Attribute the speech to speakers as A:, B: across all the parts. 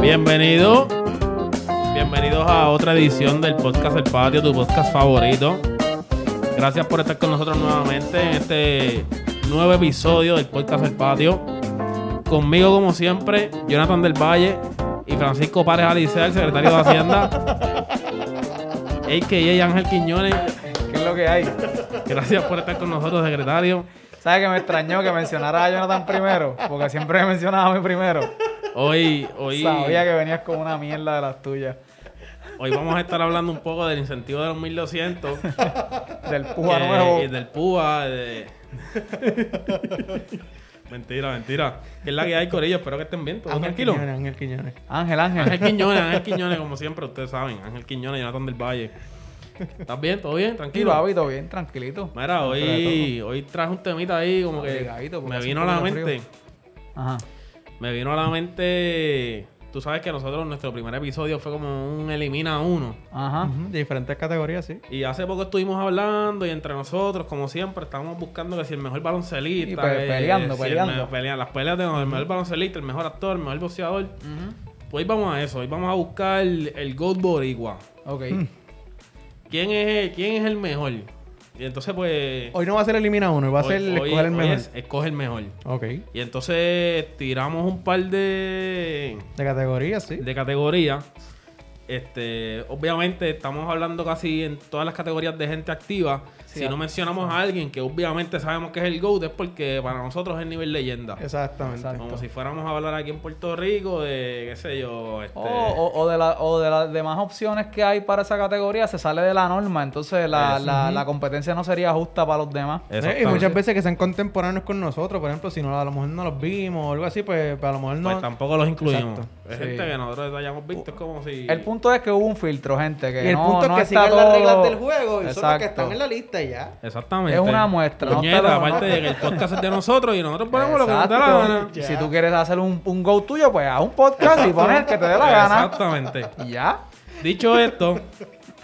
A: Bienvenido. Bienvenidos a otra edición del podcast El Patio, tu podcast favorito. Gracias por estar con nosotros nuevamente en este nuevo episodio del podcast El Patio. Conmigo, como siempre, Jonathan del Valle y Francisco Párez Alice, el secretario de Hacienda. AKA Ángel Quiñones.
B: ¿Qué es lo que hay?
A: Gracias por estar con nosotros, secretario.
B: ¿Sabes que me extrañó que mencionara a Jonathan primero? Porque siempre me mencionaba a mí primero.
A: Hoy, hoy,
B: Sabía que venías con una mierda de las tuyas.
A: hoy vamos a estar hablando un poco del incentivo de los 1200.
B: Del púa
C: Eh,
A: que-
B: nuevo.
A: Eh, y del púa. de- mentira, mentira. Que es la que hay, Corillo. Espero que estén bien. ¿Todo tranquilo?
C: Ángel Quiñones.
B: Ángel,
A: Ángel
B: Ángel.
A: Quiñones, Ángel Quiñones, como siempre, ustedes saben. Ángel Quiñones, Jonathan del Valle. ¿Estás bien? ¿Todo bien?
B: Tranquilo,
A: Tranquilo.
B: hábito, bien, tranquilito.
A: Mira, hoy, hoy traje un temita ahí, como que
B: Obligadito, porque
A: me
B: hace
A: vino a
B: un
A: la
B: poquito de
A: mente.
B: Ajá.
A: Me vino a la mente. Tú sabes que nosotros, nuestro primer episodio fue como un elimina a uno.
B: Ajá.
C: De diferentes categorías, sí.
A: Y hace poco estuvimos hablando y entre nosotros, como siempre, estábamos buscando que si el mejor baloncelista.
B: Y pe-
A: que
B: peleando,
A: si el
B: peleando.
A: mejor- pelea- las peleas de los- el mejor baloncelista, el mejor actor, el mejor boxeador. Pues hoy vamos a eso, hoy vamos a buscar el Gold Boricua.
B: Ok.
C: Mm.
A: ¿Quién es, ¿Quién es el mejor? Y entonces, pues.
C: Hoy no va a ser elimina uno, va a
A: hoy-
C: ser
A: hoy-
C: escoger el
A: hoy
C: mejor.
A: es escoge el mejor.
C: Ok.
A: Y entonces tiramos un par de.
C: De categorías, sí.
A: de categoría. Este, obviamente estamos hablando casi en todas las categorías de gente activa.
B: Sí,
A: si no
B: a-
A: mencionamos a alguien que obviamente sabemos que es el GOAT, es porque para nosotros es nivel leyenda.
C: Exactamente.
B: Exacto.
A: Como si fuéramos a hablar aquí en Puerto Rico de, qué sé yo, este,
B: O, o- o de las o de las demás opciones que hay para esa categoría se sale de la norma, entonces la, la, la competencia no sería justa para los demás.
C: Eh, Y muchas veces que sean contemporáneos con nosotros, por ejemplo, si no, a lo mejor no los vimos o algo así, pues, pues a lo mejor no.
A: Pues tampoco los incluimos.
C: Exacto.
A: Es
B: Sí. Oh,
A: gente que nosotros hayamos visto, es como si...
B: El punto es que hubo un filtro, gente, que
C: y el
B: no,
C: punto
B: no
C: es que
B: está
C: sigan las
B: todo-
C: reglas del juego y son los que
B: Exacto.
C: están en la lista y ya.
A: Exactamente.
B: Es una muestra, no
A: Puñeta,
B: está lo-
A: aparte
B: no-
A: de que el podcast es de nosotros y nosotros ponemos lo que nos da la
B: Exacto.
A: gana.
B: Y
C: Ya.
B: Si tú quieres hacer un, un go tuyo, pues haz un podcast y pones el que te dé la gana.
A: Exactamente.
B: Y ya.
A: Dicho esto,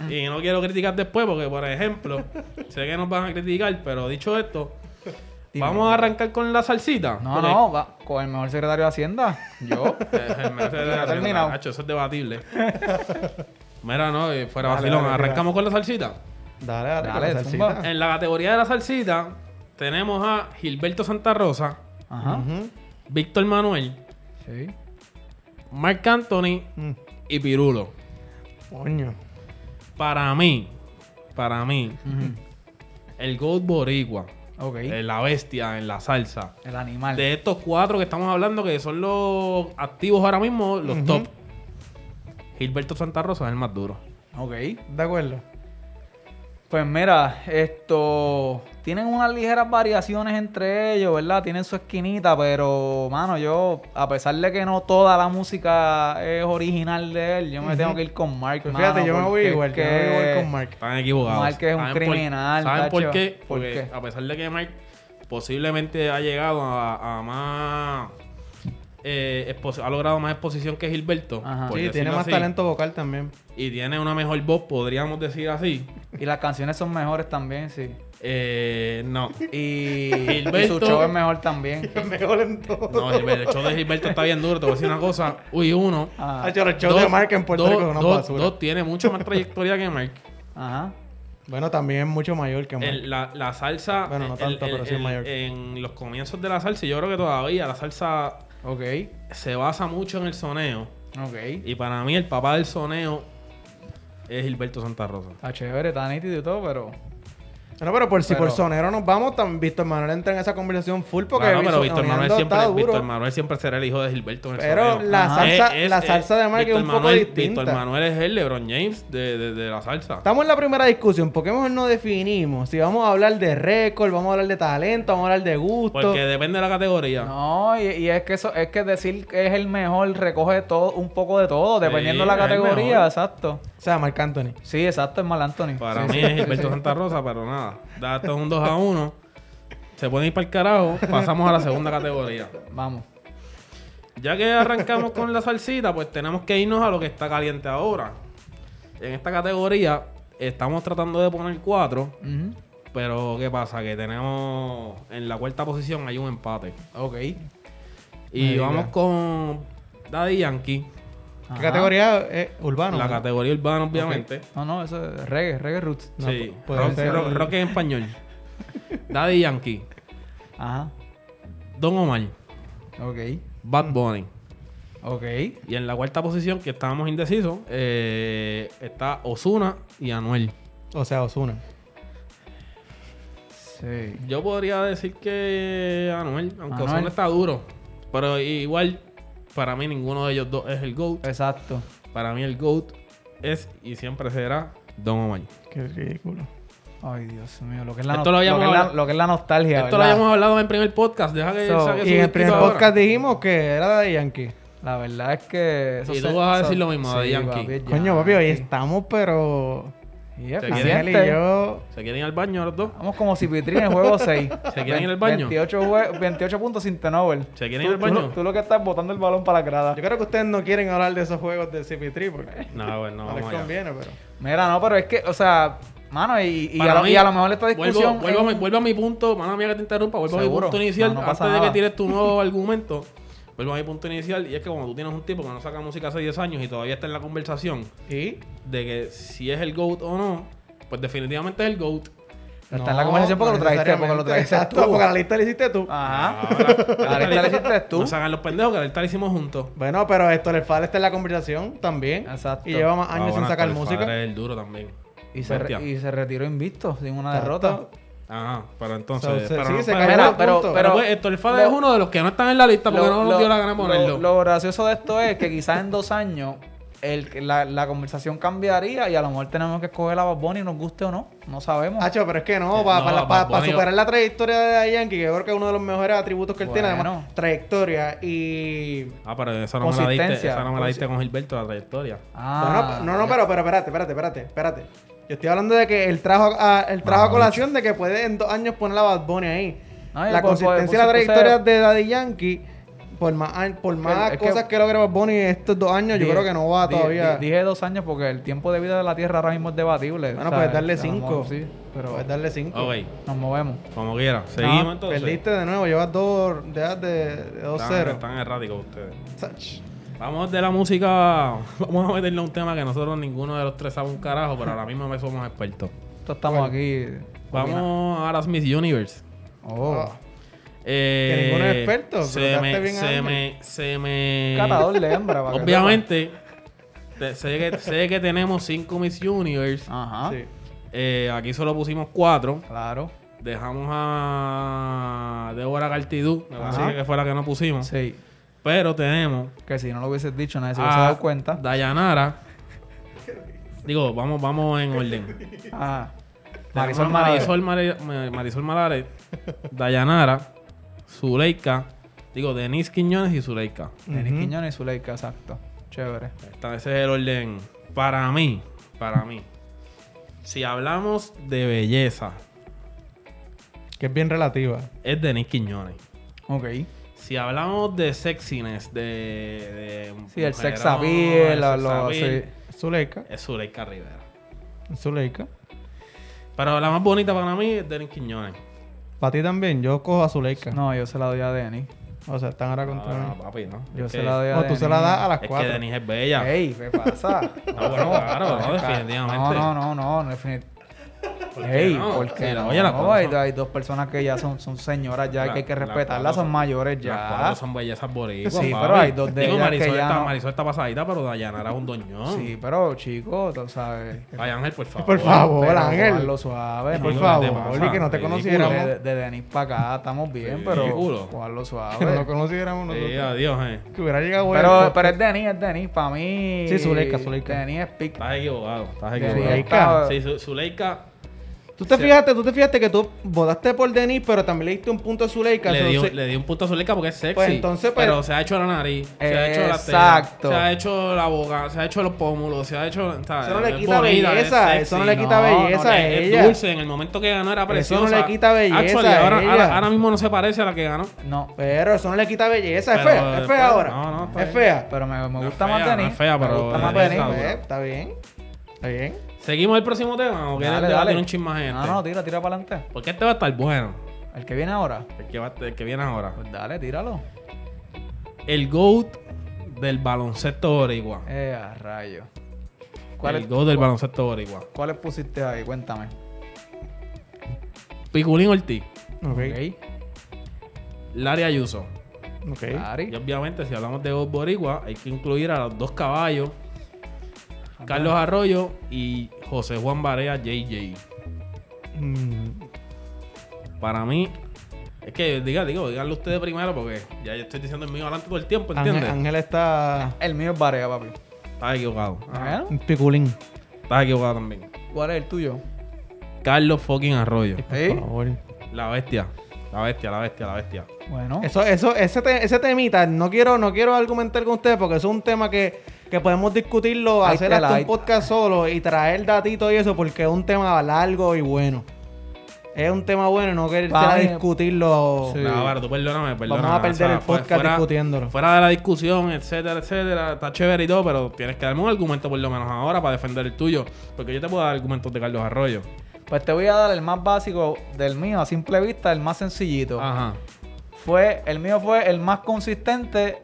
A: y no quiero criticar después porque, por ejemplo, sé que nos van a criticar, pero dicho esto, vamos a arrancar con la salsita.
B: No,
A: Porque,
B: no, va con el mejor secretario de Hacienda. Yo.
A: eh, eh, me hace-
B: Ya terminado.
A: Nacho, eso es debatible. Mira, no, eh, fuera
C: Dale,
A: vacilón,
C: dale,
A: arrancamos con la salsita.
C: Dale, dale,
B: Dale,
C: con la
B: zumba.
C: salsita.
A: En la categoría de la salsita tenemos a Gilberto Santa Rosa,
B: Ajá.
C: Ujú.
A: Víctor Manuel,
B: Sí.
A: Marc Anthony
C: Mm.
A: y Pirulo.
C: Coño.
A: Para mí, para mí, el Gold Boricua,
B: Ok.
A: eh,
B: El,
A: la bestia en la salsa.
B: animal.
A: De estos cuatro que estamos hablando, que son los activos ahora mismo, los
C: Ujú.
A: top. Gilberto Santa Rosa es el más duro.
B: Ok.
C: ¿De acuerdo?
B: Pues mira, esto. Tienen unas ligeras variaciones entre ellos, ¿verdad? Tienen su esquinita, pero, mano, yo, a pesar de que no toda la música es original de él, yo me tengo que ir con Mark.
C: Pues
B: mano,
C: fíjate, yo me voy
B: porque
C: igual,
B: es
C: yo me voy igual
B: que-
C: con Mark.
A: Están equivocados.
B: Mark es un
A: ¿Saben por-
B: criminal,
A: ¿Saben por
B: tacho?
A: qué?
B: ¿Por
A: Porque
B: qué?
A: a pesar de que Mark posiblemente ha llegado a, a más. eh, expo- ha logrado más exposición que Gilberto.
B: Ajá.
A: por
C: Sí, tiene
A: decirlo
C: más
A: así,
C: talento vocal también.
A: Y tiene una mejor voz, podríamos decir así.
B: Y las canciones son mejores también, sí.
A: Eh, no.
B: Y,
A: Gilberto-
B: y su show es mejor también.
C: Mejor en todo.
A: No, Gilberto- el show de Gilberto está bien duro. Te voy a decir una cosa. Uy, uno.
B: Ah,
C: Ha hecho los shows de Mark en Puerto
A: dos-
C: Rico son una
A: dos-
C: basura.
A: dos tiene mucho más trayectoria que Mark.
B: ajá.
C: Bueno, también es mucho mayor que Mark.
A: El- la, la salsa.
C: Bueno, no
A: el-
C: tanto,
A: el-
C: pero sí es
A: el-
C: mayor.
A: En los comienzos de la salsa, yo creo que todavía la salsa
B: Ok.
A: se basa mucho en el soneo.
B: Ok.
A: Y para mí, el papá del soneo es Gilberto Santa Rosa.
B: Está chévere, está nítido y todo, pero.
C: Bueno, pero por si
B: Pero-
C: por sonero nos vamos, tan Víctor Manuel entra en esa conversación full porque
A: Claro, pero
C: viso-
A: Víctor Manuel,
C: soneando
A: siempre,
C: está duro.
A: Víctor Manuel siempre será el hijo de Gilberto en el
C: Pero
A: soneo.
C: la
B: Ajá.
C: salsa, la salsa de Mark es
A: Víctor
C: un poco
A: Manuel-
C: distinta.
A: Víctor Manuel es el LeBron James de, de- de la salsa.
C: Estamos en la primera discusión, porque mejor no definimos si vamos a hablar de récord, vamos a hablar de talento, vamos a hablar de gusto.
A: Porque depende de la categoría.
B: No, y, y es que eso, es que decir que es el mejor recoge todo, un poco de todo, dependiendo de la
A: es el
B: categoría,
A: mejor.
B: exacto.
C: O sea, Marc Anthony.
B: Sí, exacto, es mal Anthony.
A: Para
B: Sí,
A: mí
B: sí.
A: es Gilberto Santa Rosa, pero nada. Da esto es un 2 a 1. Se pueden ir para el carajo. Pasamos a la segunda categoría.
B: Vamos.
A: Ya que arrancamos con la salsita, pues tenemos que irnos a lo que está caliente ahora. En esta categoría estamos tratando de poner cuatro,
B: Ujú.
A: Pero ¿qué pasa? Que tenemos en la cuarta posición hay un empate.
B: Ok.
A: Y
C: Ahí
A: vamos
C: va.
A: con Daddy Yankee.
B: Ajá.
C: ¿Qué categoría es Eh, urbano?
A: la
C: Ah, ¿no?
A: categoría urbana, obviamente.
B: No, no, eso es reggae, reggae roots.
C: No,
A: sí.
C: pu- puede
A: rock,
C: ser.
A: rock- rock en español. Daddy Yankee.
B: Ajá.
A: Don Omar.
B: Ok.
A: Bad Bunny.
B: Ok.
A: Y en la cuarta posición, que estábamos indecisos, eh, está Osuna y Anuel.
C: O sea, Osuna.
B: Sí.
A: Yo podría decir que Anuel, aunque
B: Anuel.
A: Osuna está duro. Pero igual, para mí ninguno de ellos dos es el GOAT.
B: Exacto.
A: Para mí el GOAT es y siempre será Don Omar.
C: Qué ridículo.
B: Ay, Dios mío, lo que es la,
A: Esto
B: no-
A: lo habíamos
B: que es la,
A: hablado-
B: lo que es la nostalgia.
A: Esto lo
B: ¿verdad?
A: habíamos hablado en el primer podcast. Deja que
B: So,
A: saque
C: Y
A: su
C: en el primer
A: disquito ahora.
C: podcast dijimos que era de Yankee.
B: La verdad es que.
A: Y tú
B: se-
A: vas a decir lo mismo de Yankee.
B: papi, es
C: Coño, papi, hoy
B: Yankee.
C: estamos, pero.
B: Yep,
A: Te quieres-
C: Ángel
B: paciente.
C: y yo.
A: ¿Se quieren ir al baño los dos?
B: Vamos como si Pitrín en juego 6.
A: ¿Se quieren ir al baño?
B: 28, jue- 28 puntos sin Tenover.
A: ¿Se quieren ir al
B: Tú- tú
A: baño?
B: lo- Tú lo que estás botando el balón para la grada.
C: Yo creo que ustedes no quieren hablar de esos juegos de CP3
B: Eh.
C: porque
A: No, bueno,
C: no,
A: vamos
C: les
A: allá.
C: conviene, pero.
B: Mira, no, pero es que, o sea, mano, y, y,
A: Para
B: a, lo-
A: mí,
B: y a lo mejor esta
A: Vuelvo,
B: discusión.
A: vuelvo, a mi,
B: en-
A: vuelvo a mi punto, mano mía que te interrumpa, vuelvo a mi
B: Seguro.
A: punto inicial,
B: No, no
A: antes
B: pasa
A: de que
B: nada.
A: tires tu nuevo argumento, vuelvo a mi punto inicial, y es que cuando tú tienes un tipo que no saca música hace 10 años y todavía está en la conversación
C: ¿Y?
A: de que si es el GOAT o no, pues definitivamente es el GOAT.
B: Está en la conversación porque
C: no
B: lo trajiste, porque lo
C: necesariamente.
B: trajiste
C: Exacto,
B: tú. Ah.
C: porque la lista la hiciste tú.
B: Ajá.
A: Ahora,
B: Ahorita lo hiciste tú.
A: Ah. No sacan los pendejos, que ahorita lo hicimos juntos.
C: Bueno, pero esto le falta está en la conversación también.
B: Exacto.
C: Y lleva más años
A: Ah,
C: sin
A: bueno,
C: sacar
A: hasta el
C: música.
A: padre Es el duro también.
B: Y se, re-
A: Bestia.
B: y se retiró invisto, sin una
C: Exacto.
B: derrota.
A: Ajá, pero entonces.
C: So, se-
A: pero
C: sí,
A: no-
C: se
A: pero-
C: cayó
A: pero-
C: los
B: pero-
C: puntos.
A: pero
B: pero-
A: pues, Héctor Fadel
B: lo-
A: es uno de los que no están en la lista porque no nos dio la gana de ponerlo.
B: lo- lo gracioso de esto es que quizás en dos años el- la, la conversación cambiaría y a lo mejor tenemos que escoger a Bad Bunny, nos guste o no. No sabemos.
C: Hacho, pero es que no, para,
A: No,
C: para,
A: Bad
C: para- para
A: Bunny-
C: superar la trayectoria de Daddy Yankee, que yo creo que es uno de los mejores atributos que él tiene,
B: Bueno.
C: además, trayectoria y...
A: Ah, pero esa no me la diste,
B: Consistencia.
A: esa no me la diste con Gilberto, la trayectoria.
B: Ah,
C: Bueno, pues, no, no, pero, pero espérate, espérate, espérate, espérate. Yo estoy hablando de que él trajo a, él trajo a
A: Mamá,
C: colación de que puede en dos años poner a Bad Bunny ahí.
B: No, y
C: la
B: por- por-
C: consistencia y la
B: por-
C: trayectoria
B: por-
C: de Daddy Yankee, por más, a- por más
B: es que-
C: cosas que, logre Bad Bunny estos dos años, yo
B: Dije-
C: creo que no va
B: di-
C: todavía.
B: di- Dije dos años porque el tiempo de vida de la Tierra ahora mismo es debatible.
C: bueno,
B: ¿sabes?
C: puedes darle
B: A lo
C: cinco. Pues,
B: mejor Sí, pero
C: Puedes darle cinco.
A: Ok,
B: nos movemos.
A: como quiera.
C: No,
A: Seguimos entonces.
C: Perdiste de nuevo, llevas dos, dejas de, de
A: Están-
C: 2-0.
A: Están erráticos ustedes.
C: Sach.
A: Vamos de la música. Vamos a meterle un tema que nosotros ninguno de los tres sabe un carajo, pero ahora mismo me somos expertos.
B: Entonces estamos aquí.
A: Vamos ahora a las Miss Universe.
B: Oh.
C: Ah.
A: Eh,
C: Que ninguno es experto,
A: Se
C: pero
A: me,
C: daste bien a
A: se
C: Ángel.
A: me, se me.
B: Catador de hembra. para que
A: Obviamente, te- sé, que, sé que tenemos cinco Miss Universe.
C: Ah.
B: sepa. Ajá.
C: Sí.
A: Eh, aquí solo pusimos cuatro.
B: Claro.
A: Dejamos a Débora Cartidú, me
C: Ajá.
A: parece que fue la que no pusimos.
B: Sí.
A: Pero tenemos
B: Que si no lo hubieses dicho, nadie se hubiese
A: a
B: dado cuenta.
A: Dayanara. Digo, vamos, vamos en orden.
B: Ajá.
A: Marisol
B: Ah. Marisol Marisol.
A: Marisol, Mari- Ma- Marisol Malares, Dayanara, Zuleika, digo, Denise Quiñones y Zuleika.
B: Denis
C: Ujú.
B: Quiñones y Zuleika, exacto. Chévere.
A: Esta- Ese es el orden para mí, para mí. Si hablamos de belleza,
C: Que es bien relativa.
A: es Denise Quiñones.
B: Ok.
A: Si hablamos de sexiness, de. de
B: Sí, el
A: mujerón,
B: sex
A: el
B: appeal,
A: sex
B: lo- sí.
A: appeal,
C: Zuleika.
A: es Zuleika Rivera.
C: Zuleika.
A: Pero la más bonita para mí es Denis Quiñones.
C: Para ti también, yo cojo a Zuleika.
B: No, yo se la doy a Denis.
C: O sea, están ahora
A: No,
C: contra
A: Ah, no,
C: mí.
A: papi, ¿no?
B: Yo
A: Es
B: se
A: que-
B: la doy a
C: No, tú se la das a las
A: Es que
C: cuatro.
A: Denis es bella.
B: Ey, ¿qué pasa?
A: No, bueno, claro, no, definitivamente.
B: No, no, no, no, no, definit-
A: qué
B: Ey,
A: no?
B: ¿por qué
A: Mira,
B: no?
A: oye, las
B: No,
A: cosas
B: hay,
A: son-
B: hay dos personas que ya son, son señoras ya
A: La-
B: que hay que
A: las
B: respetarlas,
A: cuatro
B: son
A: son-
B: mayores
A: Las
B: ya.
A: cuatro son bellezas boricuas,
B: Sí,
A: papi.
B: pero hay dos de
A: Digo,
B: ellas
A: Marisol,
B: que ya
A: está,
B: no-
A: Marisol está pasadita, pero Dayanara es un doñón.
B: Sí, pero chico, tú sabes.
A: Ay, Ángel, por favor.
C: Por favor,
B: Pero
C: Ángel.
B: Jugarlo suave,
C: Por
A: no,
B: ¿no?
A: ¿qué te
C: favor,
A: pasa?
C: y que no te
A: Ridículo.
C: conociéramos.
B: De, de Denis para acá estamos bien,
A: Sí, culo.
B: pero jugarlo
C: Que no lo
B: suave.
C: Ah, conociéramos nosotros.
A: Sí, adiós, eh.
C: Que hubiera llegado
B: Pero,
C: bueno.
B: pero es Denis, es Denis. Para mí.
C: Sí, Zuleika, Zuleika. Ah.
B: Denis es pick.
A: Estás equivocado, estás
B: Denis
A: equivocado.
C: Zuleika.
B: está-
A: Sí, Zu- Zuleika
C: Tú te fijaste, tú te fijaste que tú votaste por Denis, pero también le diste un punto a Zuleika.
A: le dio,
C: Entonces-
A: le dio un punto a Zuleika porque es sexy.
C: Pues entonces, pues-
A: pero se ha hecho la nariz, se ha hecho la tela,
B: Exacto.
A: se ha hecho la boca, se ha hecho los pómulos, se ha hecho. o sea,
C: Eso no le
A: es
C: quita
A: bonita, es
C: belleza,
A: sexy.
C: eso no le quita
B: No, no,
C: belleza a
A: Es- es
C: ella.
A: dulce, en el momento que ganó era
C: Eso
A: preciosa.
C: no le quita belleza
A: Actually,
C: a
A: ahora,
C: ella.
A: ahora- ahora mismo no se parece a la que ganó.
B: No,
C: Pero eso no le quita belleza, es
A: Pero
C: fea, es
A: después-
C: fea ahora.
A: no, no, está
C: es
A: bien.
C: fea. pues,
B: pero me, me
A: No es
B: gusta
A: fea,
B: más
A: no
B: Denis.
A: es fea,
B: Me
A: pero
B: gusta
C: Está
A: Denis
B: más
C: bien,
A: está
B: Denis.
A: dura.
C: eh, está bien. ¿Está bien?
A: ¿Seguimos el próximo tema o quieres
B: Dale,
A: debatir
B: dale.
A: un chisme más
B: No,
A: gente?
B: no, tira, tira para adelante.
A: Porque este va a estar bueno.
B: El que viene ahora.
A: El que, va- el que viene ahora.
B: Pues dale, tíralo.
A: El GOAT del baloncesto boricua.
B: Eh, a rayo. ¿Cuál,
A: El
B: es,
A: GOAT del baloncesto boricua.
B: ¿Cuáles pusiste ahí? Cuéntame.
A: Piculín Ortiz,
C: Ok.
A: Larry Ayuso.
C: Ok.
B: Ari.
A: Y obviamente, si hablamos de GOAT boricua, hay que incluir a los dos caballos, Carlos Arroyo y José Juan Barea JJ.
C: Mm,
A: Para mí, es que diga, digo, díganlo ustedes primero porque ya yo estoy diciendo el mío adelante todo el tiempo,
C: Ángel,
A: ¿entiendes?
C: Ángel está
B: El mío es Barea, papi.
A: Estás equivocado.
B: Bueno,
C: un piculín.
A: Estás equivocado también.
B: ¿Cuál es el tuyo?
A: Carlos fucking Arroyo. ¿Eh?
B: ¿Sí?
C: Por favor.
A: La bestia. La bestia, la bestia, la bestia.
B: Bueno.
C: Eso, eso, ese, te- ese temita, no quiero, no quiero argumentar con ustedes porque eso es un tema que, que podemos discutirlo,
B: Hay
C: hacer
B: tela,
C: hasta
B: hay-
C: un podcast solo y traer datito y eso porque es un tema largo y bueno. Es un tema bueno, no quisiera
B: Vale.
C: discutirlo.
B: Sí.
A: No, pero tú perdóname, perdóname.
C: Vamos a perder el
A: fue-
C: podcast discutiéndolo.
A: Fuera de la discusión, etcétera, etcétera. Está chévere y todo, pero tienes que darme un argumento por lo menos ahora para defender el tuyo. Porque yo te puedo dar argumentos de Carlos Arroyo.
B: Pues te voy a dar el más básico del mío, a simple vista, el más sencillito.
A: Ajá.
B: Fue, el mío fue el más consistente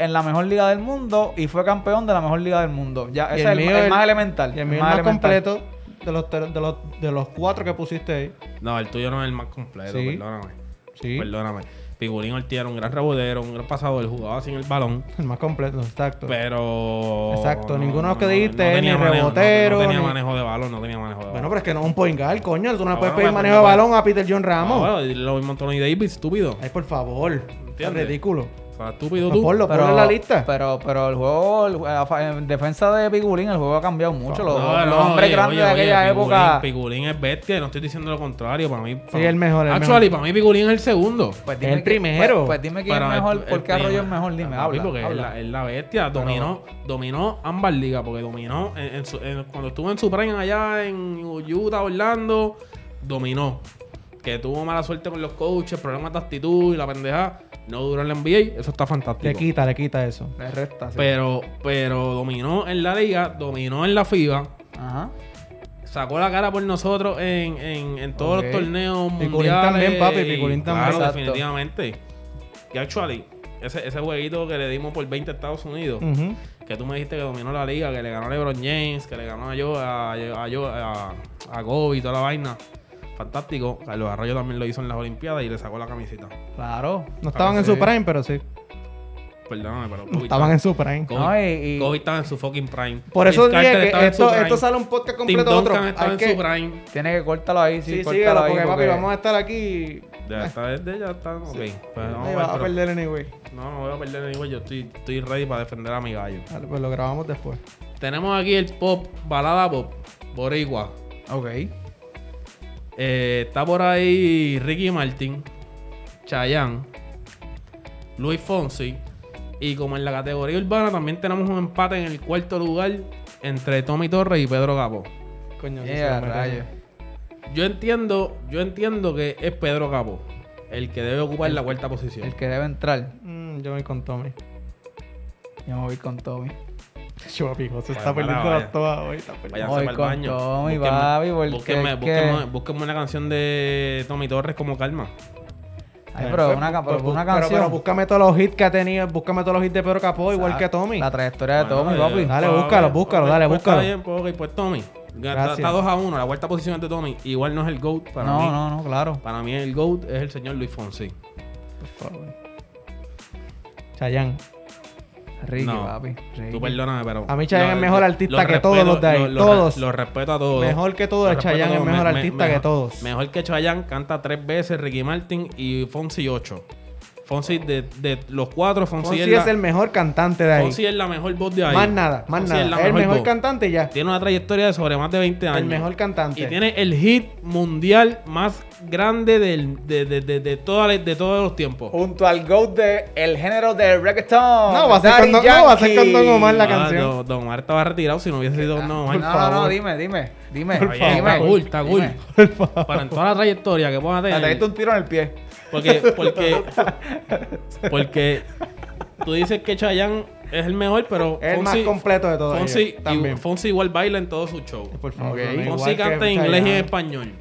B: en la mejor liga del mundo y fue campeón de la mejor liga del mundo. Ya,
C: Y
B: ese es el,
C: mío
B: el
C: es-
B: más elemental.
C: Y el mío es
B: más
C: más
B: elemental.
C: completo de los, ter- de, los, de los cuatro que pusiste ahí.
A: No, el tuyo no es el más completo,
C: Sí.
A: perdóname.
C: Sí.
A: Perdóname. Figurín Ortiz era un gran rebotero, un gran pasador, jugaba sin el balón.
C: El más completo, exacto.
A: Pero.
C: Exacto, ninguno de los que dijiste es
A: tenía
C: ni
A: manejo- no-
C: rebotero,
A: No, tenía
C: ni-
A: manejo de balón, no tenía manejo de balón.
C: Bueno, pero es que no es un point guard, coño. Tú no
A: Ah, bueno,
C: puedes pedir
A: bueno,
C: manejo de
A: bueno.
C: balón a Peter John Ramos.
A: Ah, bueno, lo mismo Anthony Davis, estúpido.
C: Ay, por favor. Es
A: ¿Entiendes?
C: ridículo.
A: O sea, estúpido
C: Pues
A: tú.
C: ponlo, ponlo en la lista.
B: Pero, pero el juego, el- a fa- en defensa de Pigulín, el juego ha cambiado mucho. Los,
A: No,
B: los
A: no,
B: hombres
A: oye,
B: grandes
A: oye,
B: de
A: oye,
B: aquella
A: Piculín-
B: época.
A: Piculín es bestia, no estoy diciendo lo contrario. Para mí. para-
C: el mejor, el
A: Actually, para mí Piculín es el segundo.
B: Pues
C: El
B: qui-
C: primero.
B: Pues, pues dime quién
A: Pero
B: es mejor,
A: el-
B: por qué
A: el
B: Arroyo es
A: primo-
B: mejor, dime,
A: Ah,
B: habla.
A: Porque es
B: habla.
A: la, es la bestia,
B: Pero-
A: dominó, dominó ambas ligas, porque dominó en- en su- en- cuando estuvo en su prime allá en Utah, Orlando, dominó. Que tuvo mala suerte con los coaches, problemas de actitud y la pendeja, no duró en la NBA, eso está
C: Le
A: fantástico.
C: quita, le quita eso.
B: Le resta, sí.
A: Pero, pero dominó en la liga, dominó en la FIBA,
B: Ajá.
A: sacó la cara por nosotros en, en- en todos
B: Ok.
A: los torneos
C: Piculín
A: mundiales.
C: también, papi, Piculín también.
A: Claro,
B: Exacto.
A: definitivamente. Y actually, ese, ese jueguito que le dimos por 20 a Estados Unidos,
C: Ujú.
A: que tú me dijiste que dominó la liga, que le ganó a LeBron James, que le ganó a yo, a, a, yo- a, a Kobe y toda la vaina. Fantástico. Carlos Arroyo también lo hizo en las Olimpiadas y le sacó la camiseta.
B: Claro.
C: No estaban en
B: sí.
C: su prime, pero sí.
A: Perdóname, pero
C: No
A: Kobe, estaba,
C: estaban en su prime.
A: Kobe,
B: No, y- y-
A: Kobe estaba en su fucking prime.
C: Por eso
A: Vince Carter
C: dije
A: estaba
C: que
A: en su
C: esto,
A: prime.
C: esto sale un
A: Tim
C: podcast completo otro.
A: Duncan estaba
C: Hay
A: en
C: que...
A: su prime.
B: Tiene que cortarlo ahí, sí.
C: Sí,
B: córtalo
C: síguelo,
B: ahí,
C: porque papi, vamos a estar aquí.
A: Ya, esta vez de ya está. Ok. Pues vamos
C: Ahí
A: a
C: vas
A: ver,
C: a
A: pero-
C: perder anyway.
A: No, no voy a perder anyway. Yo estoy, estoy ready para defender a mi gallo.
C: Dale, pues lo grabamos después.
A: Tenemos aquí el pop, balada pop, boricua.
B: Ok.
A: Eh, está por ahí Ricky Martin, Chayanne, Luis Fonsi. Y como en la categoría urbana también tenemos un empate en el cuarto lugar entre Tommy Torres y Pedro Capó.
C: Coño, que
B: Yeah,
C: se lo merece.
B: rayos.
A: Yo entiendo, yo entiendo que es Pedro Capó el que debe ocupar la cuarta posición.
B: El que debe entrar.
C: Mm, yo voy con Tommy.
B: Yo me voy con Tommy.
C: Yo, pico, se está
A: Vaya,
C: perdiendo
A: vaya.
C: las todas hoy. Está perdiendo.
A: Pues Váyanse
B: Voy
A: pa'l
B: con
A: baño.
B: Tommy,
A: Búsquenme-
B: papi, porque
A: búsquenme-
B: es que-
A: búsquenme- búsquenme una canción de Tommy Torres como calma.
B: Ay,
C: Pues,
B: pero
C: pues,
B: una, ca-
C: pues,
B: pero una
C: pero-
B: canción.
C: Pero búscame todos los hits que ha tenido. Búscame todos los hits de Pedro Capó, igual que Tommy.
B: La trayectoria de
A: Bueno,
B: Tommy,
A: eh,
B: papi.
C: dale,
A: pues,
C: búscalo,
A: ok,
C: búscalo,
A: ok,
C: dale,
A: pues,
C: búscalo.
A: Está bien, pues, ok, pues Tommy. Está,
C: Gracias.
A: está 2 a 1, la cuarta posición de Tommy. Igual no es el GOAT para
B: no,
A: mí.
B: no, no, claro.
A: Para mí el GOAT es el señor Luis Fonsi.
C: Por favor. Chayanne.
B: Ricky,
A: No.
B: papi.
A: Tú
B: Ricky.
A: perdóname, pero...
C: A mí Chayanne
A: lo-
C: es mejor
A: lo-
C: artista
A: lo
C: que todos los de ahí,
A: lo- lo re-
C: todos.
A: Lo respeto a todos.
C: Mejor que todos,
A: Lo respeto a
C: Chayanne es
A: todos.
C: mejor
A: Me- me-
C: artista que
A: mejor-
C: todos.
A: Mejor que Chayanne canta tres veces Ricky Martin y Fonsi ocho. Fonsi de, de los cuatro, Fonsi,
C: Fonsi
A: es, la,
C: es el mejor cantante de ahí.
A: Fonsi es la mejor voz de ahí.
C: Más nada, más
A: Fonsi
C: nada.
A: es
C: Es,
A: la
C: el mejor
A: voz.
C: cantante y ya.
A: Tiene una trayectoria de sobre más de 20 años.
C: El mejor cantante.
A: Y tiene el hit mundial más grande del- de, de, de, de toda la- de todos los tiempos.
B: Junto al GOAT de el género de reggaeton.
C: No, va a ser
B: Daddy
C: con Don- no, va a ser
B: Yankee.
C: con Don Omar la-
A: Ah,
C: canción. Ah,
A: Don, Don Omar estaba retirado si no hubiese sido Don Omar.
B: No, no, no,
C: favor.
B: dime, dime. Dime.
A: Está bien,
B: dime,
A: está cool, está cool.
B: dime.
A: Para en toda la trayectoria que pueda
B: Te
A: tener.
B: trajiste un tiro en el pie.
A: Porque, porque, porque tú dices que Chayanne es el mejor, pero.
C: Es el más
A: Fonsi-
C: completo de todos.
A: Fonsi,
C: ellos, también.
A: y- Fonsi igual baila en todo su show.
C: Por favor,
B: Ok.
C: no,
B: Fonsi
A: Fonsi
C: igual que
A: canta en inglés y en
C: Chayanne.
A: español.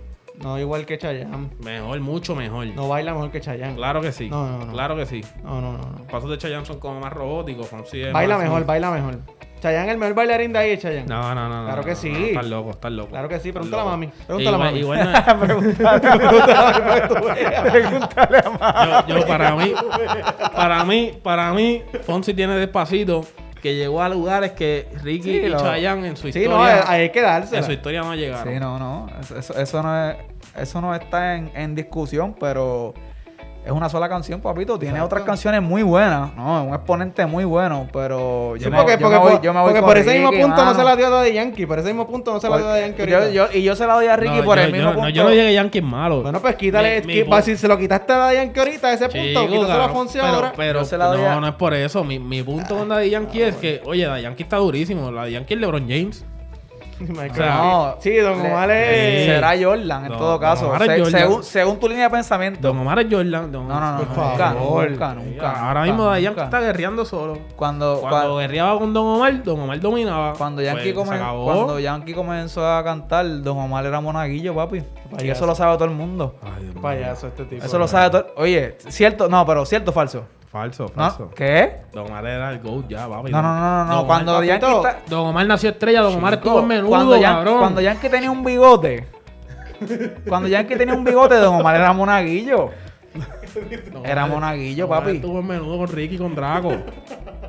C: No, igual que Chayanne.
A: Mejor, mucho mejor.
C: No baila mejor que Chayanne.
A: Claro que sí.
C: No, no, no.
A: Claro que sí.
C: No, no, no. no.
A: Los pasos de Chayanne son como más robóticos. Fonsi
B: Eh,
A: es
C: Baila
A: más-
C: mejor, baila mejor. Chayanne, el mejor bailarín de ahí es Chayanne.
A: No, no, no. no,
C: Claro
A: no,
C: que
A: no,
C: sí.
A: no, Estás loco, estás loco.
C: Claro que sí,
A: Estás
C: pregúntale a
A: loco.
C: mami, pregúntale a
A: Igual-
C: mami.
A: igual no- Yo, yo para mí, para mí, para mí, Fonsi tiene despacito que llegó a lugares que Ricky
B: Sí,
A: y
B: lo-
A: Chayanne en su
C: Sí,
A: historia,
C: no, ahí ahí hay que
A: en su
C: dársela.
A: historia no llegaron.
B: Sí, no, no. Eso, eso- eso no, es, eso no está en, en discusión, pero es una sola canción, papito. Tiene otras canciones muy buenas. No, es un exponente muy bueno, pero yo,
C: Sí,
B: me,
C: porque,
B: yo me
C: porque
B: voy,
C: por-
B: yo me voy
C: porque
B: con
C: por ese mismo
B: Ricky,
C: punto no
B: mano.
C: se la dio a de Yankee. Por ese mismo punto no se la dio a de Yankee.
B: Porque- yo-
C: ahorita.
B: yo- y yo se la doy a Ricky
A: No,
B: por
A: yo,
B: el mismo
A: yo- No,
B: punto.
A: yo no llegué a Yankee malo.
C: Bueno, pues quítale.
A: Mi-
C: qui-
A: mi
C: va,
A: pu-
C: si se lo quitaste a Daddy Yankee ahorita, ese punto,
A: Chico,
C: quítaselo a
A: cabrón,
C: Fonsi
A: pero,
C: ahora.
A: pero
B: Yo se la doy
A: no,
B: a-
A: no es por eso. Mi, mi punto con Daddy Yankee es que, oye, Daddy Yankee está durísimo. Daddy Yankee es LeBron James.
C: My God.
A: sea,
B: No,
C: sí, Don
B: le-
C: Omar es.
A: Sí.
B: Eh, Será Jordan en
A: No,
B: todo
A: Don
B: caso.
A: Omar es
B: Se-
A: Jordan.
B: según, según tu línea de pensamiento.
A: Don Omar es Jordan. Don-
B: No, no, no.
C: Por
B: nunca,
C: favor.
B: nunca, nunca.
A: Ahora
B: nunca,
A: mismo Daddy Yankee
B: nunca.
A: está guerreando solo.
B: Cuando,
A: Cuando
B: cuando,
A: guerreaba con Don Omar, Don Omar dominaba.
B: cuando Yankee,
A: Pues, se
B: comen-
A: acabó.
B: cuando Yankee comenzó a cantar, Don Omar era monaguillo, papi. Y
C: payaso.
B: eso lo sabe todo el mundo.
A: Ay, Dios mío.
C: Payaso este
A: pues,
C: tipo.
B: Eso lo sabe todo. Oye, cierto, no, pero cierto o falso.
A: Falso,
B: ¿No?
A: falso.
B: ¿Qué?
A: Don Omar era el GOAT ya, papi.
B: No, no, no, no,
A: Don
B: no.
A: Omar-
B: cuando Yankee
C: papito,
B: está-
A: Don Omar nació estrella, Don Omar estuvo
B: Chico,
A: en menudo,
B: cuando, Yan-
A: cabrón.
B: cuando Yankee tenía un bigote. Cuando Yankee tenía un bigote, Don Omar era monaguillo.
A: Don
B: Era
A: Omar-
B: monaguillo,
A: Don Omar
B: papi.
A: Estuvo en menudo con Ricky y con Draco.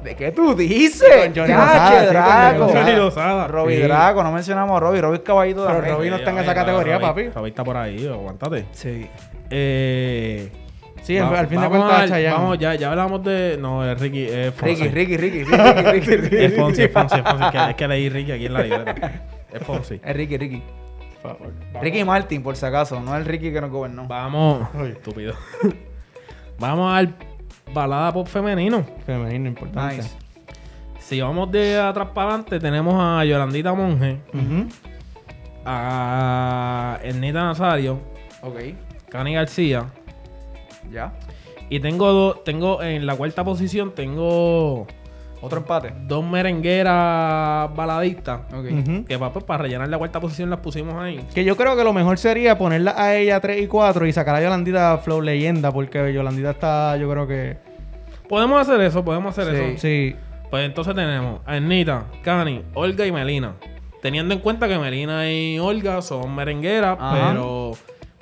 B: ¿De qué tú dices?
C: Con Johnny
B: Ya,
C: Lozada,
B: che,
C: sí, con
B: Draco. Ah,
C: Johnny Lozada.
B: Robbie
A: Sí.
B: Draco, no mencionamos a Robbie. Robbie es caballito de
C: Pero
B: la reina.
C: Robbie no está en
A: Ay,
C: esa
A: no,
C: categoría,
A: Robbie-
C: papi.
A: Robbie está por ahí, aguántate.
B: Sí.
A: Eh,
C: Sí, al-
A: va-
C: al fin de
A: vamos
C: cuentas,
A: al-
C: Chayanne.
A: Vamos, ya, ya hablamos de. No, es Ricky. Es Fonsi.
B: Ricky, Ricky, Ricky, Ricky, Ricky, Ricky.
A: Es Fonsi, es Fonsi, es Fonsi. Es que, es que leí Ricky aquí en la libreta. Es Fonsi.
B: Es Ricky, Ricky.
C: Por favor.
B: Ricky Martin, por si acaso, no el Ricky que nos gobernó.
A: Vamos.
C: Ay.
A: Estúpido. vamos al balada pop femenino.
C: Femenino, importante.
B: Nice.
A: Si vamos de atrás para adelante, tenemos a Yolandita Monge,
C: Ujú.
A: a Ernita Nazario,
B: Ok,
A: Cani García.
B: ya.
A: Y tengo dos, tengo en la cuarta posición, tengo
B: Otro empate.
A: dos merengueras baladistas.
B: Ok.
C: Ujú.
A: Que pa- pues, para rellenar la cuarta posición las pusimos ahí.
C: Que yo creo que lo mejor sería ponerla a ella 3 y 4 y sacar a Yolandita a Flow Leyenda, porque Yolandita está, yo creo que.
A: Podemos hacer eso, podemos hacer
B: Sí.
A: eso.
C: Sí.
A: Pues entonces tenemos a Ernita, Cani, Olga y Melina. Teniendo en cuenta que Melina y Olga son merengueras,
B: Ajá.
A: pero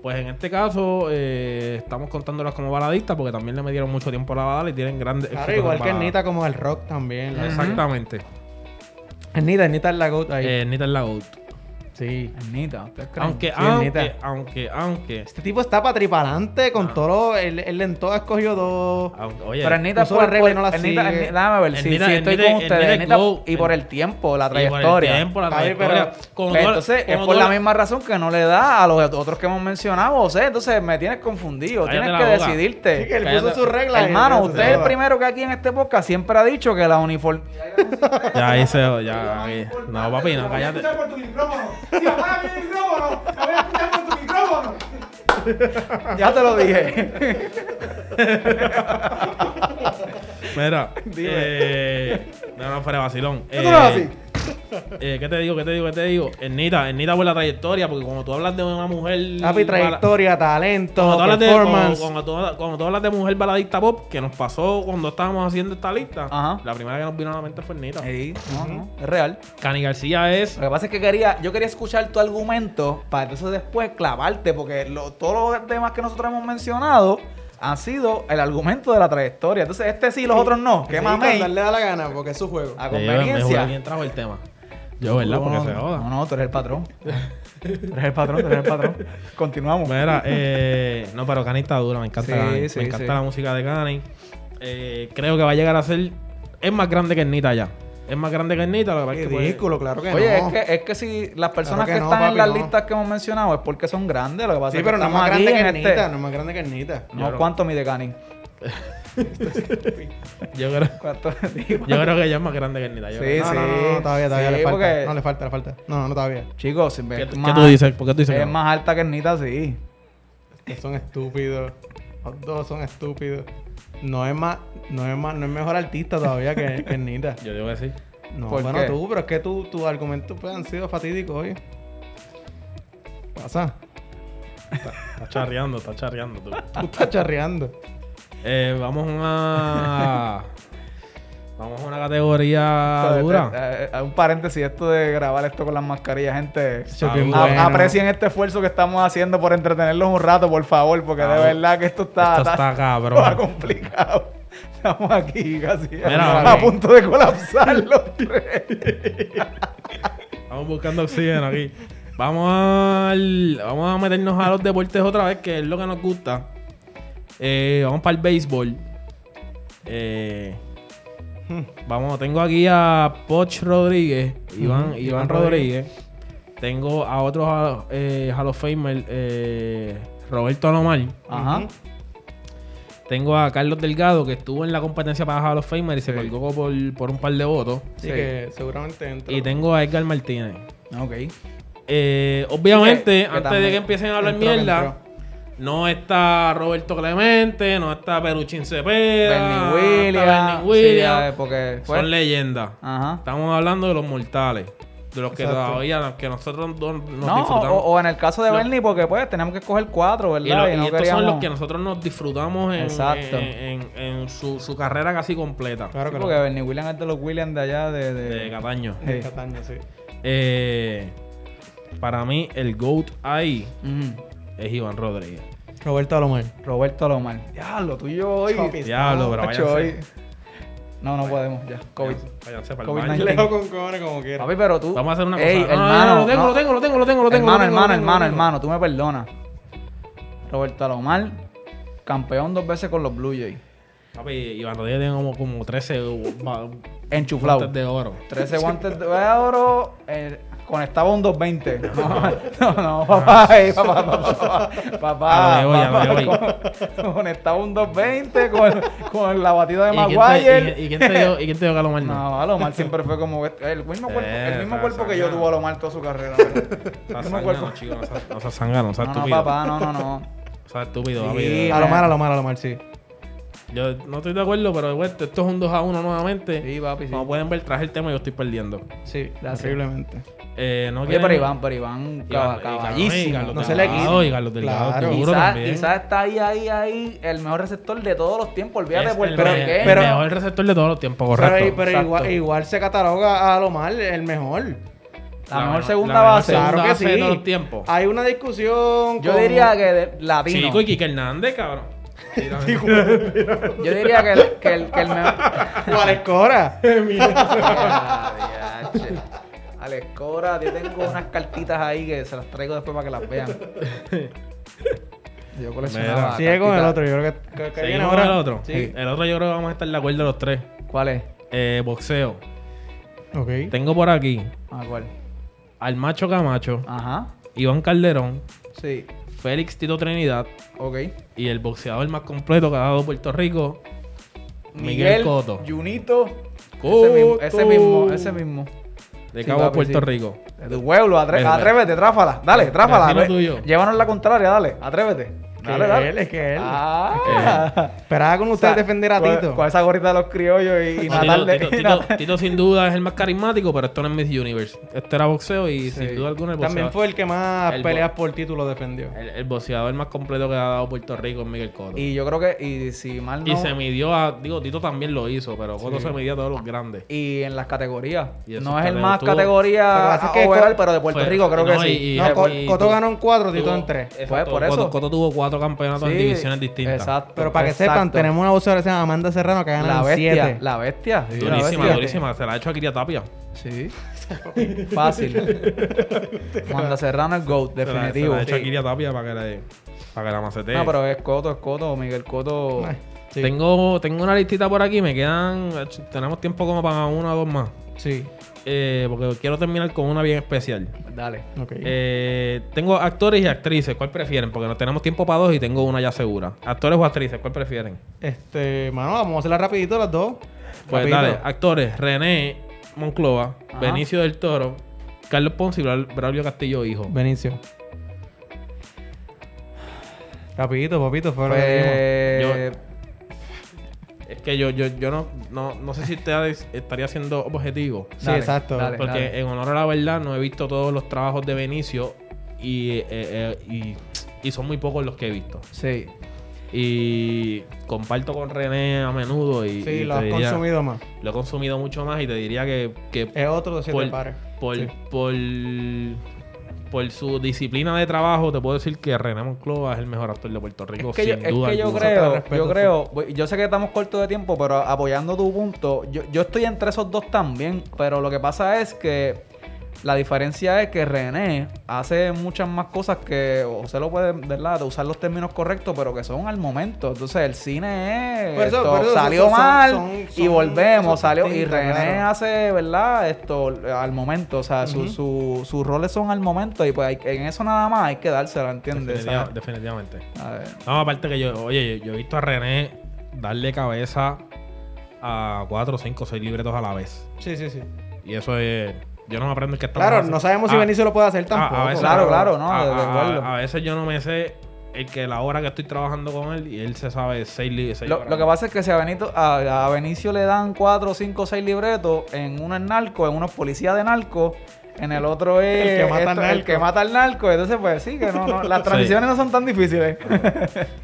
A: pues en este caso eh, estamos contándolas como baladistas porque también le metieron mucho tiempo a la balada y tienen grandes.
C: Claro,
A: éxitos
C: igual
A: en
C: que
A: balada.
C: Ernita, como el rock también. la-
A: Exactamente.
C: Ernita, Ernita es la GOAT ahí.
A: Eh, Ernita es la GOAT.
C: Sí.
B: Anita, ¿ustedes creen?
A: Aunque,
C: Sí,
A: aunque,
C: Ernita.
A: aunque, aunque,
C: Este tipo está patripalante
B: Ah.
C: con todo lo- Él, él en todas cogió dos.
A: aunque- Oye,
B: Pero Anita
C: puso
B: fue
C: la regla y no la
B: Anita,
C: sigue.
B: Anita- déjame ver. Sí,
A: Anita-
B: sí, estoy
A: Anita-
B: con ustedes.
A: Anita
B: Anita-
A: Go.
B: y por el tiempo, la
A: y por el
B: trayectoria.
A: tiempo, la
C: Ay, pero-
A: trayectoria. Como
B: Pero pues,
A: tú-
B: entonces, es
A: como
B: por
A: tú-
B: la misma razón que no le da a los otros que hemos mencionado. O sea, entonces me tienes confundido.
A: Cállate
B: tienes
A: la
B: que
A: boca.
B: decidirte.
C: Sí, que él
A: cállate.
C: puso sus reglas. y-
B: eh, Hermano, usted es el
C: Sí.
B: primero que aquí en este podcast siempre ha dicho que la uniforme.
A: Ya, ahí se. Ya, ahí. No, papi, no, cállate.
D: por tu micrófono. Si apagas mi micrófono, la voy a escuchar por tu micrófono.
B: Ya te lo dije.
A: Mira, eh, no, no, fuera de vacilón.
D: ¿Qué tú lo haces?
A: Eh, eh, ¿Qué te digo? ¿Qué te digo? ¿Qué te digo? Ernita, Ernita por la trayectoria, porque cuando tú hablas de una mujer. bala-
C: Papi, trayectoria,
A: Cuando
C: talento,
A: tú, hablas de, cuando,
C: performance.
A: cuando tú- cuando tú hablas de mujer baladista pop, que nos pasó cuando estábamos haciendo esta lista,
B: Ajá. Eh.
A: la primera que nos vino a la mente fue Ernita.
B: Sí, no, no, es real.
A: Cani García es.
B: Lo que pasa es que quería, yo quería escuchar tu argumento para entonces después clavarte, porque lo- todos los temas que nosotros hemos mencionado han sido el argumento de la trayectoria. Entonces, este sí, los otros no. ¿Qué
C: Sí,
B: más
C: cuando él le da la gana, porque es su juego.
B: A
A: Sí, yo me juro,
B: conveniencia.
A: ¿Quién trajo el tema? Yo, ¿verdad? Porque
B: No,
A: se joda.
B: No, no, tú eres el patrón. Tú eres el patrón, tú eres el patrón. Continuamos.
A: Mira, eh, no, pero Cani está dura, me encanta
B: Sí,
A: Cani.
B: sí,
A: me encanta
B: sí.
A: la música de Cani. Eh, creo que va a llegar a ser. Es más grande que Ernita ya. Es más grande que Ernita, lo que pasa es que. pues,
C: Ridículo, claro que
B: Oye,
C: no.
B: es, que, es que si las personas
C: Claro que
B: que,
C: no,
B: están en
C: papi,
B: las
C: no.
B: listas que hemos mencionado es porque son grandes, lo que pasa
C: Sí,
B: es que
C: pero no es
B: estamos
C: más
B: aquí
C: grande que
B: en este-
C: Ernita, no es más grande que Ernita.
A: Yo
B: No,
A: no.
B: ¿cuánto mide Cani?
A: yo, creo,
B: ¿Cuánto?
A: yo creo que ella es más grande que Ernita. yo
B: Sí,
A: creo.
C: No, no, no, no, todavía, todavía
B: Sí,
C: le falta.
B: porque-
C: No le falta, le falta. No, no, no, todavía.
B: Chicos, si
A: ¿Qué,
B: ves
A: qué
B: más-
A: tú dices? ¿Por qué tú dices? que
B: Es
A: no?
B: más alta que Ernita, sí.
C: Son estúpidos. Los dos son estúpidos. No es más, no es más, no es mejor artista todavía que, que Nita.
A: Yo digo que sí.
C: No,
B: ¿Por
C: bueno,
B: qué?
C: tú, pero es que tú- tus argumentos pues, han sido fatídicos hoy. Pasa.
A: Está charreando, está charreando tú.
C: Tú estás charreando.
A: Eh, vamos a una. Vamos a una categoría Ah, dura.
B: Eh, eh, un paréntesis, esto de grabar esto con las mascarillas, gente.
C: Eso es
A: Ah,
C: bien
A: ah,
B: a-
C: bueno.
B: Aprecien este esfuerzo que estamos haciendo por entretenerlos un rato, por favor, porque de
A: Claro.
B: verdad que esto está,
A: Ah, Esto está
B: está
A: cabrón.
B: complicado. Estamos aquí casi
A: Mira,
B: a
A: ok.
B: punto de colapsar los tres.
A: Estamos buscando oxígeno aquí. Vamos al- vamos a meternos a los deportes otra vez, que es lo que nos gusta. Eh, vamos para el béisbol. Eh, vamos, tengo aquí a Poch Rodríguez, Iván,
C: Ujú,
A: Iván,
C: Iván
A: Rodríguez. Tengo a otros Hall- eh, Hall of Famer, eh, Roberto Alomar.
B: Ajá.
C: Ujú.
A: Tengo a Carlos Delgado, que estuvo en la competencia para Hall of Famer y se colgó por, por un par de votos.
C: Así
B: Sí.
C: que seguramente entra.
A: Y tengo a Edgar Martínez.
B: Ok.
A: Eh, obviamente,
B: Sí, que- que
A: antes de
B: también
A: que empiecen a hablar
B: entró, que
A: mierda,
B: entró.
A: no está Roberto Clemente, no está Peruchín Cepeda,
B: Bernie
A: no Ah, está
B: Williams.
A: Bernie
B: sí, pues, a
A: Williams.
B: ver, porque fue-
A: son leyendas.
B: Ajá.
A: Estamos hablando de los mortales, de los que
C: Exacto.
A: todavía que nosotros no- nos
B: No,
A: disfrutamos.
B: o, o en el caso de
A: No.
B: Bernie, porque pues tenemos que escoger cuatro, ¿verdad?
A: Y, lo- y
B: no
A: estos
B: queríamos-
A: son los que nosotros nos disfrutamos en,
B: Exacto.
A: en- en- en su, su carrera casi completa
C: Claro
B: Sí,
C: que
B: porque Bernie Williams es de los Williams de allá de... de-
A: de Cataño.
C: lo- de Cataño, sí.
A: Eh, para mí, el GOAT ahí
B: Ujú.
A: es Iván Rodríguez.
C: Roberto Alomar.
B: Roberto Alomar. Diablo, tuyo hoy.
C: Papi,
A: Diablo, pero
B: Macho,
A: váyanse.
B: hoy. No, no podemos, ya. COVID.
A: Váyanse para
B: COVID-19.
A: el baño.
C: Lejos con cojones como quieras.
B: Papi, pero tú.
A: Vamos a hacer una
B: Ey,
A: cosa. No, no,
B: hermano.
A: no, lo tengo,
B: no.
A: lo tengo, lo tengo, lo tengo, lo tengo.
B: Hermano,
A: lo tengo, lo
B: hermano,
A: tengo,
B: hermano,
A: lo tengo.
B: hermano, tú me perdonas. Roberto Alomar, campeón dos veces con los Blue Jays.
A: Papi, Iván Rodríguez tiene como, como 13 ba-
B: Enchuflado.
A: guantes de oro.
B: 13 guantes de oro. eh, conectaba un 220. No, no, no, papá. ey, papá, papá, papá,
A: Ah,
B: papá,
A: me voy, ya me
B: papá, con- Conectaba un 220 con, con la batida de
A: ¿Y quién te-
B: Maguire.
A: y- y quién te dio- ¿Y quién te dio Galomar? No.
B: No, Alomar siempre fue como este- el mismo cuerpo, el
A: Eh,
B: mismo
A: está
B: cuerpo que yo
A: sangrando.
B: tuvo Alomar toda su carrera. ¿verdad?
A: No
B: me
A: seas
B: acuerdo.
A: sangano, chico, no seas- No seas sangano, no seas
B: No, no,
A: estúpido.
B: papá, no, no, no.
A: No seas estúpido,
B: Sí.
A: papi.
C: Alomar, Alomar, Alomar, sí.
A: Yo no estoy de acuerdo, pero bueno, esto es un 2 a 1 nuevamente.
B: Sí, papi, sí.
A: Como pueden ver, traje el tema y yo estoy perdiendo.
C: Sí,
B: Gracias.
C: terriblemente.
A: Eh, no
B: Oye,
A: quieren-
B: pero Iván, pero Iván,
A: Iván-
B: cab-
A: y Carlos- y
B: caballísimo.
A: Carlos
C: No se le
A: Delgado,
C: quita.
A: Y Carlos Delgado,
C: Claro.
A: seguro
B: Quizás
A: también.
B: quizás está ahí, ahí, ahí, el mejor receptor de todos los tiempos. Olvídate
A: Es
B: por
A: el,
B: pero,
A: me-
B: ¿qué?
A: el
C: Pero-
A: mejor receptor de todos los tiempos, correcto.
C: Pero, pero
B: exacto.
C: igual, igual se cataloga a Alomar el mejor.
B: la mejor
A: mejor-
B: segunda
A: la mejor
B: base.
A: segunda-
C: Claro que
A: base
C: sí.
A: de todos los tiempos.
C: Hay una discusión.
B: Yo
C: con-
B: diría que de- latino.
A: Chico y Kike Hernández, cabrón.
B: Yo diría que el, que el, que el mejor.
C: ¿Cuál es Cora?
B: Ya, Ah, diache. Alex Cora, yo tengo unas cartitas ahí que se las traigo después para que las vean. Yo coleccionaba.
A: Mira.
C: Sigue con el
B: cartitas.
C: otro. Yo creo que- que, que viene
A: Seguimos con
C: ahora.
A: el otro.
C: Sí.
A: El otro yo creo que vamos a estar de acuerdo los tres.
B: ¿Cuál es?
A: Eh, boxeo.
C: Ok.
A: Tengo por aquí
B: Ah, ¿cuál?
A: al Macho Camacho,
B: Ajá.
A: Iván Calderón,
B: Sí.
A: Félix Tito Trinidad
B: Ok.
A: y el boxeador más completo que ha dado Puerto Rico, Miguel, Cotto.
B: Junito.
A: Cotto.
B: Ese mismo, ese mismo, ese mismo.
A: De
B: Sí,
A: Cabo a
B: papi,
A: Puerto
B: sí.
A: Rico.
B: De tu pueblo,
A: Mira,
B: atre-
A: mira.
B: atrévete, tráfala. Dale, tráfala.
A: Vecino
B: ve-
A: tuyo.
B: Llévanos la contraria, dale, atrévete.
C: Que
B: Dale, dale.
C: él, es que él.
B: Ah.
C: Esperaba con ustedes defender a Tito.
B: Con esa gorrita de los criollos y, y
A: No,
B: Natal
A: Tito,
B: de-
A: Tito-
B: y
A: Tito-
B: Natal-
A: Tito sin duda es el más carismático, pero esto no es Miss Universe. Esto era boxeo y
B: Sí.
A: sin duda alguna el boxeador,
C: También fue el que más
A: El bo-
C: peleas por título defendió.
A: el, el boxeador más completo que ha dado Puerto Rico es Miguel Cotto. Y,
B: Y yo creo que, y si mal no.
A: se midió a... Digo, Tito también lo hizo, pero Cotto se midió a todos los grandes.
B: y en las categorías.
A: Y eso
B: No es
A: está
B: el
A: de-
B: más
A: tuvo-
C: Lo que
B: categoría
C: pasa es que
B: overall,
C: fue-
B: pero de Puerto
A: fue-
B: Rico creo que
A: Pues, no, y-
B: sí.
A: y-
B: Eh,
C: No, Co-
A: y-
C: Cotto
A: tú-
C: ganó en cuatro, Tito
A: Tuvo-
C: en tres.
B: Pues, por eso.
A: Cotto, Cotto tuvo cuatro campeonatos en
B: sí,
A: divisiones distintas.
B: Exacto.
C: Pero para que
B: exacto.
C: sepan, tenemos una boxeadora que se llama Amanda Serrano que gana
B: la
C: en
B: bestia,
C: siete.
B: la bestia. sí, la
A: Durísima,
B: bestia.
A: durísima. Se la ha hecho a Kiria Tapia.
B: Sí. Fácil. Wanda Serrano es GOAT,
A: Se la-
B: definitivo.
A: Se la ha hecho a
B: Sí.
A: Kiria Tapia para que la, para que la macetee.
B: No, pero es Coto, es Coto, Miguel Coto.
C: Ay, sí,
A: tengo, tengo una listita por aquí. Me quedan... Tenemos tiempo como para una o dos más.
C: Sí,
A: Eh, porque quiero terminar con una bien especial.
B: Dale.
C: ok.
A: Eh, tengo actores y actrices. ¿Cuál prefieren? Porque no tenemos tiempo para dos y tengo una ya segura. Actores o actrices, ¿cuál prefieren?
C: Este, mano, vamos a hacerla rapidito las dos.
A: Pues
C: Rapidito.
A: dale, actores, René Monclova,
B: Ajá.
A: Benicio del Toro, Carlos Ponce y Bra- Braulio Castillo Hijo.
C: Benicio. Rapidito, papito, fue lo que dijimos.
B: Pues,
A: Es que yo, yo, yo no, no, no sé si ustedes estaría siendo objetivo.
C: Sí,
B: dale,
C: exacto.
B: dale,
A: Porque
B: dale.
A: en honor a la verdad no he visto todos los trabajos de Benicio y, eh, eh, y, y son muy pocos los que he visto.
B: Sí.
A: Y comparto con René a menudo y, y
C: Sí,
A: te
C: lo has
A: diría-
C: consumido más.
A: lo he consumido mucho más y te diría que, que
C: Es otro de siete
A: por,
C: pares.
A: por,
C: Sí.
A: por, por su disciplina de trabajo te puedo decir que René Monclova es el mejor actor de Puerto Rico.
B: Es que, yo,
A: sin
B: es
A: duda
B: que yo
A: alguna.
B: creo,
C: Respeto,
B: yo
C: sí.
B: creo, voy- yo sé que estamos cortos de tiempo, pero apoyando tu punto, yo, yo estoy entre esos dos también, pero lo que pasa es que la diferencia es que René hace muchas más cosas que José lo puede, ¿verdad? De usar los términos correctos, pero que son al momento. Entonces el cine es
C: Por eso-
B: esto,
C: por eso
B: salió
C: son- son-
B: mal
C: son-
B: y
C: son-
B: volvemos,
C: son
B: salió y
C: distintos,
B: René
C: claro.
B: hace, ¿verdad? Esto al momento, o sea, su- su- sus roles son al momento y pues hay- en eso nada más hay que dársela, ¿entiendes?
A: Definitiva-
B: ¿Sabes?
A: definitivamente.
B: A ver.
A: No, aparte que yo, oye, yo, yo he visto a René darle cabeza a cuatro, cinco, seis libretos a la vez.
C: Sí, sí, sí.
A: Y eso es. Yo no me aprendo el que está
C: Claro, no sabemos si
A: Ah,
C: Benicio lo puede hacer
A: Ah,
C: tampoco.
A: a veces-
B: Claro, claro, no,
A: a,
B: de- de
A: a-
B: acuerdo.
A: a veces yo no me sé el que la hora que estoy trabajando con él y él se sabe seis libros.
B: Lo, lo que pasa es que si a, Benito, a, a Benicio le dan 4, 5, 6 libretos, en uno es narco, en uno es policía de narco, en el otro es
C: El que mata al
B: el
C: narco.
B: que mata al narco. Entonces, pues sí, que no, no, las transiciones no son tan difíciles.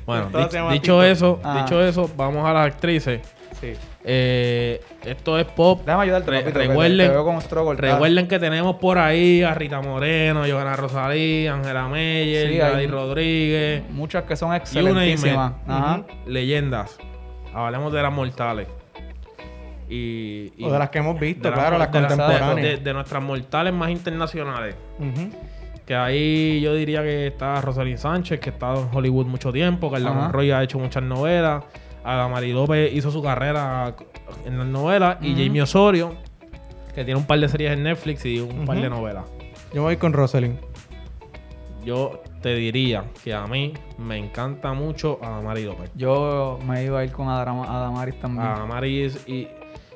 A: Bueno,
C: Todo
A: di-
C: se llama
A: dicho
C: TikTok.
A: eso,
B: Ah.
A: dicho eso, vamos a las actrices.
C: Sí.
A: Eh, esto es pop.
B: Déjame ayudarte.
A: Re-
B: papito, que te-
A: recuerden-
B: te veo con struggle, tal.
A: Recuerden que tenemos por ahí a Rita Moreno, Johanna Rosalí, Ángela Meyer,
B: Sí, hay-
A: Gladys Rodríguez,
B: Muchas que son
A: y una y
B: excelentísimas. Ajá.
A: Leyendas. Hablemos de las mortales. Y, y-
C: O de las que hemos visto,
A: de
C: claro, las
A: de De,
C: contemporáneas.
A: de nuestras mortales más internacionales.
C: Ujú.
A: Que ahí yo diría que está Rosalind Sánchez, que está en Hollywood mucho tiempo. Carla
B: Ajá.
A: Monroy ha hecho muchas novelas. Adamari López hizo su carrera en las novelas. Y Jamie Osorio, que tiene un par de series en Netflix y un par de novelas.
C: Yo me voy con Rosalind.
A: Yo te diría que a mí me encanta mucho Adamari López.
B: Yo me iba a ir con Adama- Adamaris también.
C: Ah,
A: Adamaris y-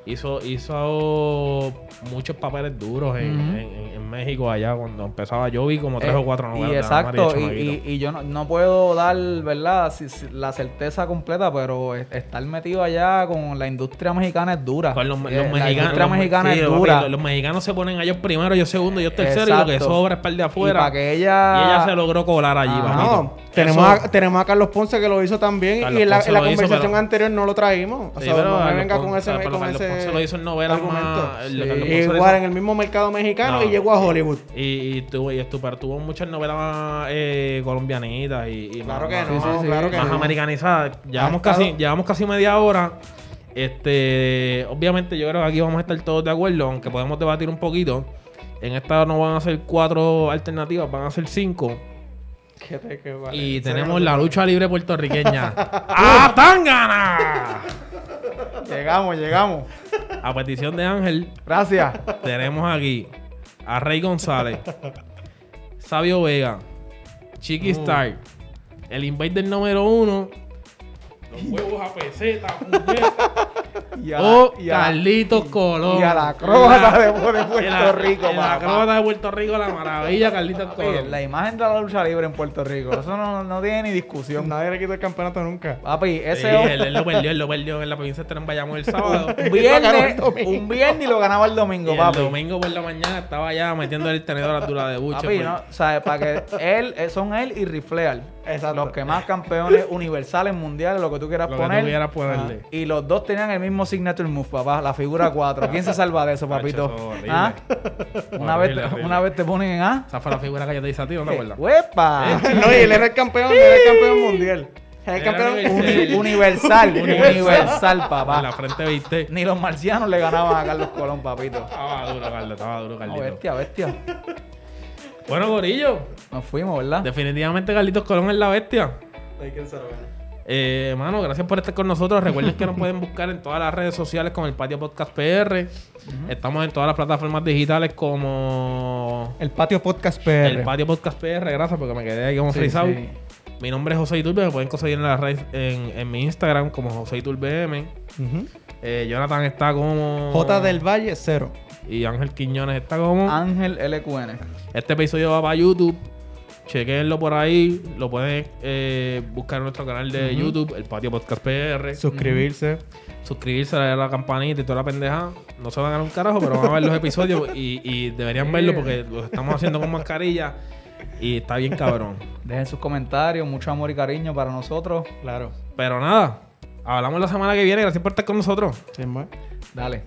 A: hizo, hizo muchos papeles duros en, en-
B: Ujú.
A: en- en México allá cuando empezaba. Yo vi como tres
B: Eh,
A: o cuatro novelas.
B: Y
A: de Adamari
B: exacto,
A: de
B: y,
A: chamaquito.
B: y- y yo no, no puedo dar, ¿verdad? si- si- la certeza completa, pero es- estar metido allá con la industria mexicana es dura.
A: Con Pues, los,
B: Eh,
A: los
B: la
A: mexicanos,
B: industria
A: los me-
B: mexicana
A: sí,
B: es
A: papi,
B: dura.
A: los- los mexicanos se ponen a ellos primero, yo segundo, yo tercero y lo que
B: Exacto.
A: sobra es par de
B: Y
A: afuera.
B: para
A: Y,
B: que Ah, ella...
A: ella se logró colar allí,
B: Ajá.
A: papito.
C: Ah, No, tenemos
A: Eso-
C: a, tenemos a Carlos Ponce que lo hizo también
A: Carlos
C: y en la,
A: Ponce
C: en la
A: lo hizo,
C: conversación
A: pero-
C: anterior no lo traímos. O
A: Sí,
C: sea,
A: pero
C: no me
A: Carlos
C: venga con
A: Ponce-
C: ese,
A: pero
C: con
A: Carlos
C: ese
A: Ponce lo hizo en novelas más- el de Carlos Ponce lo
C: Igual
A: hizo-
C: en el mismo mercado mexicano
A: No.
C: y llegó a Hollywood.
A: Y, y tuvo, y estuvo, pero tuvo muchas novelas eh, colombianitas y, y más-
C: Claro que
A: más-
C: no,
B: sí, sí, sí.
C: claro que
A: más
C: no.
A: americanizadas. Llevamos
C: Ha estado-
A: casi, llevamos casi media hora. Este, obviamente yo creo que aquí vamos a estar todos de acuerdo, aunque podemos debatir un poquito. En esta no van a ser cuatro alternativas, van a ser cinco.
C: Que te- que vale.
A: Y
C: Ese
A: tenemos
C: no-
A: la lucha libre puertorriqueña. ¡A Tangana!
B: Llegamos, llegamos.
A: A petición de Ángel,
B: Gracias.
A: tenemos aquí a Rey González, Sabio Vega, Chiqui Star, el Invader número uno, los huevos a peseta, mujer,
B: Y a,
A: o
B: y a-
A: Carlitos Colón.
B: y a la croata de, de Puerto
A: La-
B: Rico,
A: La
B: papá.
A: croata de Puerto Rico, la maravilla Carlitos
B: Oye,
A: Colón.
B: La imagen de la lucha libre en Puerto Rico. Eso no, no tiene ni discusión.
C: Nadie le quitó el campeonato nunca.
B: Papi,
A: Sí,
B: ese hombre-
A: él, él lo perdió, él lo perdió en la provincia de Tren Bayamón el sábado.
B: un
C: ganó el
B: viernes,
C: domingo.
B: un viernes y lo ganaba el domingo,
A: Y
B: papi.
A: El domingo por la mañana estaba ya metiendo el tenedor a la altura de buche. pues.
B: Papi,
A: por-
B: ¿no? ¿Sabes? Para que él, eh, son él y Rifleal.
C: Exacto.
B: Los que más campeones universales, mundiales, lo que tú quieras
A: Lo que
B: poner.
A: tú quieras ponerle.
B: Ajá. Y los dos tenían el mismo signature move, papá, la figura 4. ¿Quién se salva de eso, papito?
A: Tacho, eso es horrible.
B: ¿Ah? Una, vez,
A: Horrible, horrible.
B: una vez te ponen en A. Eh,
A: Esa fue la figura que yo te hice a ti, ¿no te acuerdas?
B: ¡Huepa!
A: Eh.
C: no, y él era el campeón, él era el campeón mundial. Era el
A: Era
C: campeón
A: nivel
C: uni-
A: seis.
B: universal,
A: Universal.
B: universal,
A: En la
B: papá.
A: frente viste.
B: Ni los marcianos le ganaban a Carlos Colón, papito.
A: Estaba duro, Carlos, estaba duro,
B: No,
A: Carlitos.
B: bestia, bestia.
A: bueno, Gorillo,
B: Nos fuimos, ¿verdad?
A: definitivamente Carlitos Colón es la bestia. Eh, hermano, gracias por estar con nosotros. Recuerden que nos pueden buscar en todas las redes sociales con el Patio Podcast PR. Estamos en todas las plataformas digitales como
C: El patio podcast PR.
A: El Patio Podcast PR, gracias porque me quedé ahí como
B: Sí,
A: frisado.
B: sí.
A: Mi nombre es José Iturbe, me pueden conseguir en las redes, en, en mi Instagram como José Iturbe M.
C: Ujú.
A: Eh, Jonathan está como.
C: J del Valle, cero.
B: Ah.
A: Y Ángel Quiñones está como.
B: Ángel LQN.
A: Este episodio va para YouTube. Chequenlo por ahí. Lo pueden eh, buscar en nuestro canal de YouTube, El Patio Podcast PR.
C: Suscribirse.
A: suscribirse, darle a la campanita y toda la pendeja. No se van a ganar un carajo, pero van a ver los episodios y, y deberían verlo porque los estamos haciendo con mascarilla y está bien cabrón.
B: Dejen sus comentarios, mucho amor y cariño para nosotros.
C: Claro.
A: Pero nada, hablamos la semana que viene. Gracias por estar con nosotros.
C: Sin más.
B: Dale.